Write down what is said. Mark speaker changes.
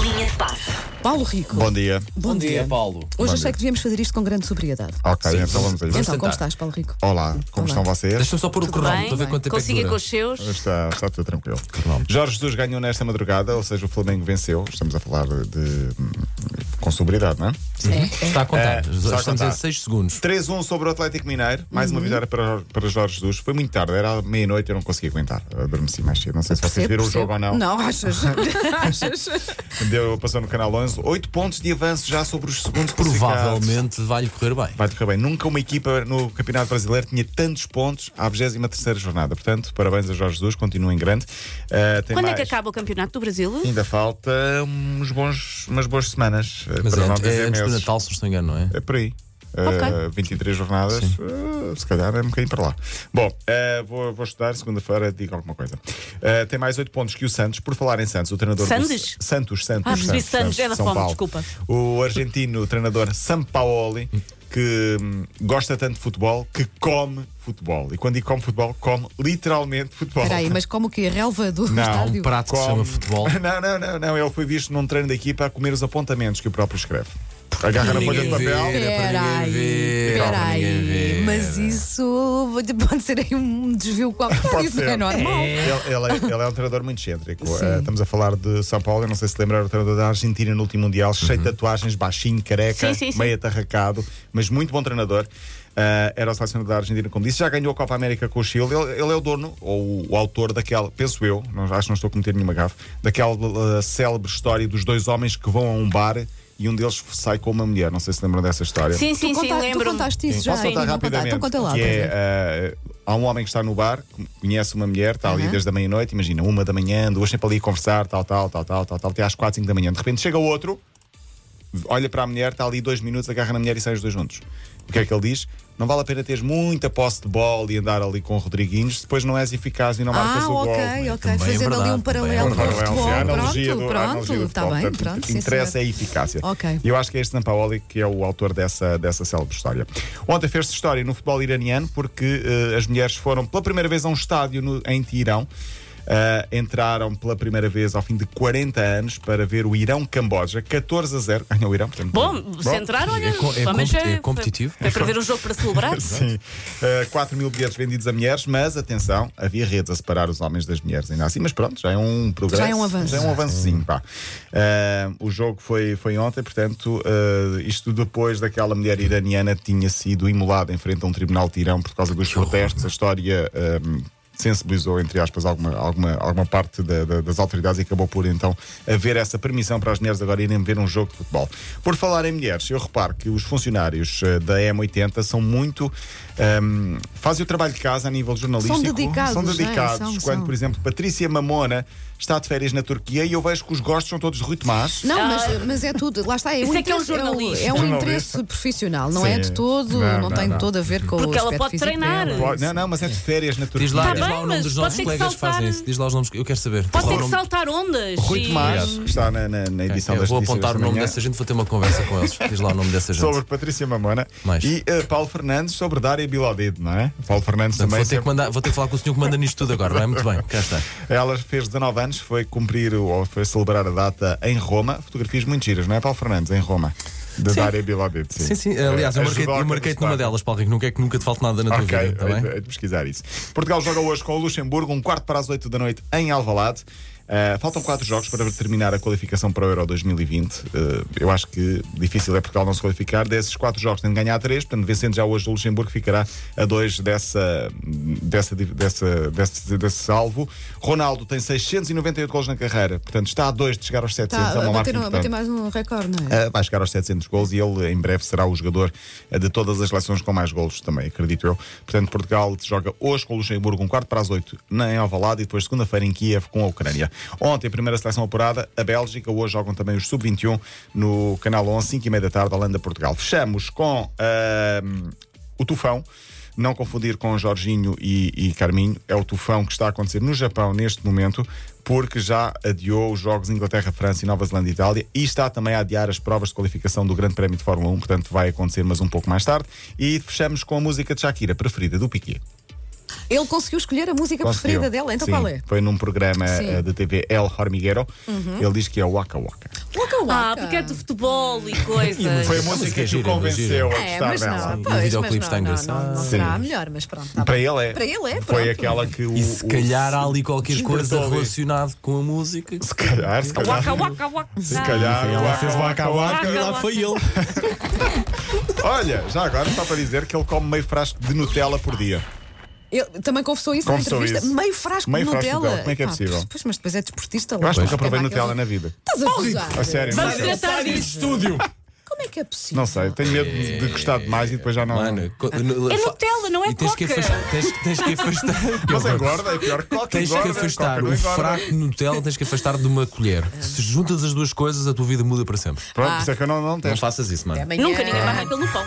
Speaker 1: Linha de passe.
Speaker 2: Paulo Rico.
Speaker 3: Bom dia.
Speaker 2: Bom
Speaker 4: Paulo.
Speaker 2: Hoje
Speaker 3: Bom
Speaker 2: achei
Speaker 3: dia.
Speaker 2: que devíamos fazer isto com grande sobriedade.
Speaker 3: Ok, então vamos a isso.
Speaker 2: então, como
Speaker 4: tentar.
Speaker 2: estás, Paulo Rico?
Speaker 3: Olá,
Speaker 2: Olá.
Speaker 3: como estão vocês?
Speaker 4: Deixa-me só pôr o
Speaker 1: Tudo
Speaker 4: cronómetro
Speaker 1: bem?
Speaker 4: para ver quanto tempo é que
Speaker 1: Consiga
Speaker 4: dura.
Speaker 1: com os seus.
Speaker 3: Está, está tudo tranquilo. Jorge Jesus ganhou nesta madrugada, ou seja, o Flamengo venceu. Estamos a falar de. de- com sobriedade, não é?
Speaker 4: Está a contar.
Speaker 3: É, está a
Speaker 4: Estamos
Speaker 3: contar.
Speaker 4: em 6 segundos.
Speaker 3: 3-1 sobre o Atlético Mineiro. Mais uma vitória para, para Jorge Jesus. Foi muito tarde, era à meia-noite, eu não consegui aguentar. Adormeci mais cedo. Não sei se vocês
Speaker 2: Percebo,
Speaker 3: viram o
Speaker 2: percebo.
Speaker 3: jogo ou não.
Speaker 2: Não, achas? achas?
Speaker 3: Deu, passou no canal 11. 8 pontos de avanço já sobre os segundos classificados.
Speaker 4: Provavelmente vai-lhe correr bem.
Speaker 3: Vai correr bem. Nunca uma equipa no Campeonato Brasileiro tinha tantos pontos à 23 jornada. Portanto, parabéns a Jorge Jesus, continua em grande. Ah, tem
Speaker 1: Quando é
Speaker 3: mais.
Speaker 1: que acaba o Campeonato do Brasil?
Speaker 3: Ainda falta uns bons, umas boas semanas. ah,
Speaker 4: Mas
Speaker 3: para
Speaker 4: é,
Speaker 3: não
Speaker 4: antes- é
Speaker 3: dizer
Speaker 4: antes do
Speaker 3: meses.
Speaker 4: Natal, se não estou engano, não é?
Speaker 3: É por aí. Ah, 23 jornadas, ah, se calhar é um bocadinho para lá. Bom, ah, vou, vou estudar, segunda-feira digo alguma coisa. Ah, tem mais 8 pontos que o Santos. Por falar em Santos, o treinador. do-
Speaker 1: Sandes?
Speaker 3: Santos, Santos.
Speaker 1: Ah, percebi Santos, é da
Speaker 3: São
Speaker 1: fome,
Speaker 3: Paulo.
Speaker 1: desculpa.
Speaker 3: O argentino o treinador Sampaoli, que hum, gosta tanto de futebol, que come futebol. E quando digo come futebol, come literalmente futebol.
Speaker 2: Espera aí, mas como que a relva do
Speaker 3: Não,
Speaker 2: estádio?
Speaker 4: Um prato que se
Speaker 3: Come-
Speaker 4: chama futebol.
Speaker 3: Não, não, não, não. Ele foi visto num treino da equipa a comer os apontamentos que o próprio escreve. Agarra na folha de papel.
Speaker 1: É,
Speaker 4: Ninguém vê, era para ninguém
Speaker 2: Peraí,
Speaker 4: ver, era para ninguém
Speaker 2: peraí,
Speaker 4: ver.
Speaker 2: mas isso pode ser aí um desvio qualquer.
Speaker 3: Pode
Speaker 2: isso
Speaker 3: ser.
Speaker 2: é normal.
Speaker 3: Ele, ele é, ele é um treinador muito excêntrico.
Speaker 2: Sim.
Speaker 3: Eh, estamos a falar de São Paulo, eu não sei se lembrar o treinador da Argentina no último Mundial, cheio de tatuagens, baixinho, careca,
Speaker 1: Sim, sim, sim.
Speaker 3: meio atarracado, mas muito bom treinador. Eh, era o selecionador da Argentina, como disse, já ganhou a Copa América com o Chile. Ele, ele é o dono, ou o, o autor daquela, penso eu, não, acho que não estou a cometer nenhuma gafe, daquela eh, célebre história dos dois homens que vão a um bar e um deles sai com uma mulher. Não sei se lembram dessa história.
Speaker 1: Sim, sim,
Speaker 2: tu,
Speaker 1: sim,
Speaker 2: conta- tu
Speaker 1: lembro.
Speaker 2: contaste isso já.
Speaker 3: Posso contar
Speaker 2: Inês, não
Speaker 3: rapidamente?
Speaker 2: contaste? Então conta lá.
Speaker 3: que
Speaker 2: por
Speaker 3: é,
Speaker 2: exemplo.
Speaker 3: ah, há um homem que está no bar, que conhece uma mulher, está ali
Speaker 2: Aham.
Speaker 3: desde a meia-noite, imagina, uma da manhã, duas sempre ali a conversar, tal, tal, tal, tal, tal, tal, até às quatro, cinco da manhã. De repente chega outro, olha para a mulher, está ali dois minutos, agarra na mulher e sai os dois juntos. O que é que ele diz? Não vale a pena teres muita posse de bola e andar ali com Rodriguinhos, se depois não és eficaz e não marcas
Speaker 2: Ah,
Speaker 3: o gol.
Speaker 2: ok, ok.
Speaker 4: Também é
Speaker 2: Fazendo ali um
Speaker 4: verdade, também é
Speaker 2: paralelo com o
Speaker 4: verdade.
Speaker 2: futebol.
Speaker 3: É a analogia
Speaker 2: Pronto,
Speaker 3: do- a analogia
Speaker 2: pronto.
Speaker 3: do
Speaker 2: Está
Speaker 3: futebol.
Speaker 2: bem,
Speaker 3: Portanto,
Speaker 2: pronto.
Speaker 3: o
Speaker 2: sim,
Speaker 3: que interessa é
Speaker 2: senhor.
Speaker 3: a eficácia.
Speaker 2: Ok.
Speaker 3: E eu acho que é este Sampaoli que é o autor dessa, dessa célebre história. Ontem fez-se história no futebol iraniano porque eh, as mulheres foram pela primeira vez a um estádio no- em Teirão. Eh, entraram pela primeira vez ao fim de 40 anos para ver o Irão-Camboja 14 a 0. Ganhou o Irão, portanto.
Speaker 1: Bom, se entrar, olha,
Speaker 4: É co- é
Speaker 1: vamos ver-
Speaker 4: competi- é competitivo.
Speaker 1: É para ver um jogo para celebrar.
Speaker 3: Sim. 4 eh, mil bilhetes vendidos a mulheres, mas atenção, havia redes a separar os homens das mulheres ainda assim, mas pronto, já é um progresso.
Speaker 2: Já é um avanço.
Speaker 3: Já é um avancinho, pá. Ah, o jogo foi, foi ontem, portanto, ah, isto depois daquela mulher iraniana tinha sido imolada em frente a um tribunal de Irão por causa dos protestos, a história. ah, Sensibilizou, entre aspas, alguma, alguma, alguma parte da- da- das autoridades e acabou por então haver essa permissão para as mulheres agora irem ver um jogo de futebol. Por falar em mulheres, eu reparo que os funcionários eh, da M80 são muito. ahm, fazem o trabalho de casa a nível jornalístico.
Speaker 2: dedicados,
Speaker 3: São
Speaker 2: não é?
Speaker 3: dedicados.
Speaker 2: São,
Speaker 3: quando,
Speaker 2: são.
Speaker 3: por exemplo, Patrícia Mamona está de férias na Turquia e eu vejo que os gostos são todos de Rui Tomás.
Speaker 2: Não, mas, mas é tudo. Lá está. É
Speaker 1: Ah. Isso
Speaker 2: um
Speaker 1: é que é um
Speaker 2: interesse-
Speaker 1: jornalista.
Speaker 2: É um,
Speaker 3: Jornalista.
Speaker 2: interesse profissional. Não é
Speaker 3: Sim.
Speaker 2: de todo.
Speaker 3: Não,
Speaker 2: Não,
Speaker 3: não,
Speaker 2: tem
Speaker 3: não.
Speaker 2: de todo a ver com o
Speaker 1: Porque ela
Speaker 2: aspecto
Speaker 1: pode
Speaker 2: físico
Speaker 1: treinar.
Speaker 2: dela.
Speaker 3: Não, não, mas é de férias na Turquia.
Speaker 4: Diz lá,
Speaker 1: Tá
Speaker 4: diz lá
Speaker 1: bem,
Speaker 4: o nome
Speaker 1: mas
Speaker 4: dos
Speaker 1: pode
Speaker 4: nossos
Speaker 1: ter que
Speaker 4: colegas que fazem
Speaker 1: saltar-
Speaker 4: isso. Diz lá os nomes que eu quero saber. Diz
Speaker 1: Pode
Speaker 4: lá
Speaker 1: ter
Speaker 4: o
Speaker 1: que
Speaker 4: nome- É,
Speaker 1: saltar ondas.
Speaker 3: Rui
Speaker 1: e-
Speaker 3: Tomás, que está na, na- na edição
Speaker 4: Eu
Speaker 3: das
Speaker 4: vou
Speaker 3: notícias
Speaker 4: apontar o
Speaker 3: da
Speaker 4: nome
Speaker 3: manhã,
Speaker 4: dessa gente, vou ter uma conversa com eles. Diz lá o nome dessa gente.
Speaker 3: Sobre Patrícia Mamona
Speaker 4: Mais.
Speaker 3: e eh, Paulo Fernandes sobre Dária Bilodedo, não é? Paulo Fernandes também.
Speaker 4: Portanto, vou, ter que
Speaker 3: sempre-
Speaker 4: mandar, vou ter que falar com o senhor que manda nisto tudo agora, não é? Muito bem, cá está.
Speaker 3: Ela fez 19 anos, foi cumprir ou foi celebrar a data em Roma. Fotografias muito giras, não é, Paulo Fernandes? Em Roma. Da Dária Bilodedo, sim.
Speaker 4: Sim, sim. Aliás, eu
Speaker 3: Eh,
Speaker 4: marquei-
Speaker 3: ajudou a
Speaker 4: eu marquei-te
Speaker 3: conquistar.
Speaker 4: numa delas, Paulo Rico. Não quer que nunca te falte nada na tua
Speaker 3: Ok,
Speaker 4: vida, está
Speaker 3: hei de-
Speaker 4: bem?
Speaker 3: hei de pesquisar isso. Portugal joga hoje com o Luxemburgo, um quarto para as 8 da noite em Alvalade. Uh, faltam quatro jogos para terminar a qualificação para o Euro 2020. Uh, eu acho que difícil é Portugal não se qualificar. Desses quatro jogos tem de ganhar três, portanto, vencendo já hoje o Luxemburgo ficará a dois dessa, dessa, dessa, desse, desse salvo. Ronaldo tem 698 gols na carreira, portanto, está a dois de chegar aos 700.
Speaker 2: Está Tá,
Speaker 3: é
Speaker 2: a
Speaker 3: uma marca
Speaker 2: bater, a
Speaker 3: importante.
Speaker 2: bater mais um recorde, não é?
Speaker 3: Uh, vai chegar aos 700 gols e ele em breve será o jogador uh, de todas as seleções com mais golos também, acredito eu. Portanto, Portugal joga hoje com o Luxemburgo, um quarto para as 8 na- em Alvalade e depois segunda-feira em Kiev com a Ucrânia. Ontem, a primeira seleção apurada, a Bélgica. Hoje jogam também os sub-21 no Canal 11, 5 e meia da tarde, Holanda-Portugal. Fechamos com uh, o Tufão. Não confundir com Jorginho e, e Carminho, é o tufão que está a acontecer no Japão neste momento, porque já adiou os jogos Inglaterra, França e Nova Zelândia e Itália e está também a adiar as provas de qualificação do Grande Prémio de Fórmula 1, portanto vai acontecer, mas um pouco mais tarde. E fechamos com a música de Shakira, preferida do Piquet.
Speaker 2: Ele conseguiu escolher a música
Speaker 3: Conseguiu.
Speaker 2: preferida dela, então
Speaker 3: Sim,
Speaker 2: qual é?
Speaker 3: Foi num programa
Speaker 2: Sim. Uhum.
Speaker 3: eh, de TV El Hormiguero. Ele diz que é Waka Waka.
Speaker 2: Waka Waka.
Speaker 1: Ah, porque é de futebol e coisas.
Speaker 3: Foi a música
Speaker 4: Essa música é
Speaker 3: que
Speaker 4: gira,
Speaker 3: o convenceu
Speaker 1: Ah,
Speaker 3: a
Speaker 2: é,
Speaker 3: gostar
Speaker 2: mas
Speaker 3: dela.
Speaker 2: não,
Speaker 4: E o
Speaker 2: pois, mas
Speaker 4: videoclipe
Speaker 2: não,
Speaker 4: está
Speaker 2: não,
Speaker 4: engraçado.
Speaker 2: não, não
Speaker 3: Sim.
Speaker 2: será a melhor, mas pronto. tá
Speaker 3: Para
Speaker 2: bem.
Speaker 3: ele é.
Speaker 2: Para ele é,
Speaker 3: Foi
Speaker 2: pronto.
Speaker 3: aquela que o.
Speaker 4: E se
Speaker 3: o-
Speaker 4: calhar há ali qualquer
Speaker 3: despertou
Speaker 4: coisa
Speaker 3: ali.
Speaker 4: relacionada com a música.
Speaker 3: Se calhar, se calhar.
Speaker 1: Waka, waka, waka.
Speaker 3: Se calhar.
Speaker 4: Ela fez waka waka e
Speaker 1: Waka
Speaker 4: lá
Speaker 1: waka.
Speaker 4: foi ele.
Speaker 3: Olha, já agora só para dizer que ele come meio frasco de Nutella por dia.
Speaker 2: Ele também confessou isso
Speaker 3: Confessou
Speaker 2: na entrevista.
Speaker 3: isso.
Speaker 2: Meio frasco
Speaker 3: Meio
Speaker 2: de
Speaker 3: frasco de
Speaker 2: Nutella.
Speaker 3: Nutella, como é que é
Speaker 2: Pá,
Speaker 3: possível?
Speaker 2: Pois, pois, mas depois é desportista
Speaker 3: Eu
Speaker 2: logo.
Speaker 3: acho que nunca provei
Speaker 2: É daquele-
Speaker 3: Nutella na vida.
Speaker 2: Estás a gozar.
Speaker 3: A sério.
Speaker 1: Vamos
Speaker 3: mas-
Speaker 1: tratar disto.
Speaker 4: estúdio.
Speaker 2: Como é que é possível?
Speaker 3: Não sei, tenho medo de de gostar demais e depois já não.
Speaker 4: Mano, co- no-
Speaker 1: É
Speaker 4: fa-
Speaker 1: Nutella, não é
Speaker 4: e tens que
Speaker 1: Coca.
Speaker 4: afastar- tens- Tens que afastar.
Speaker 3: Mas engorda, é pior que coca.
Speaker 4: Tens que
Speaker 3: engorda,
Speaker 4: afastar
Speaker 3: coca não
Speaker 4: o
Speaker 3: engorda.
Speaker 4: fraco Nutella, tens que afastar de uma colher. Se juntas as duas coisas, a tua vida muda para sempre.
Speaker 1: Ah.
Speaker 3: Pronto, por isso é que eu não, não
Speaker 4: Não
Speaker 3: testo.
Speaker 4: faças isso, mano.
Speaker 2: Amanhã-
Speaker 1: Nunca ninguém vai pelo pão.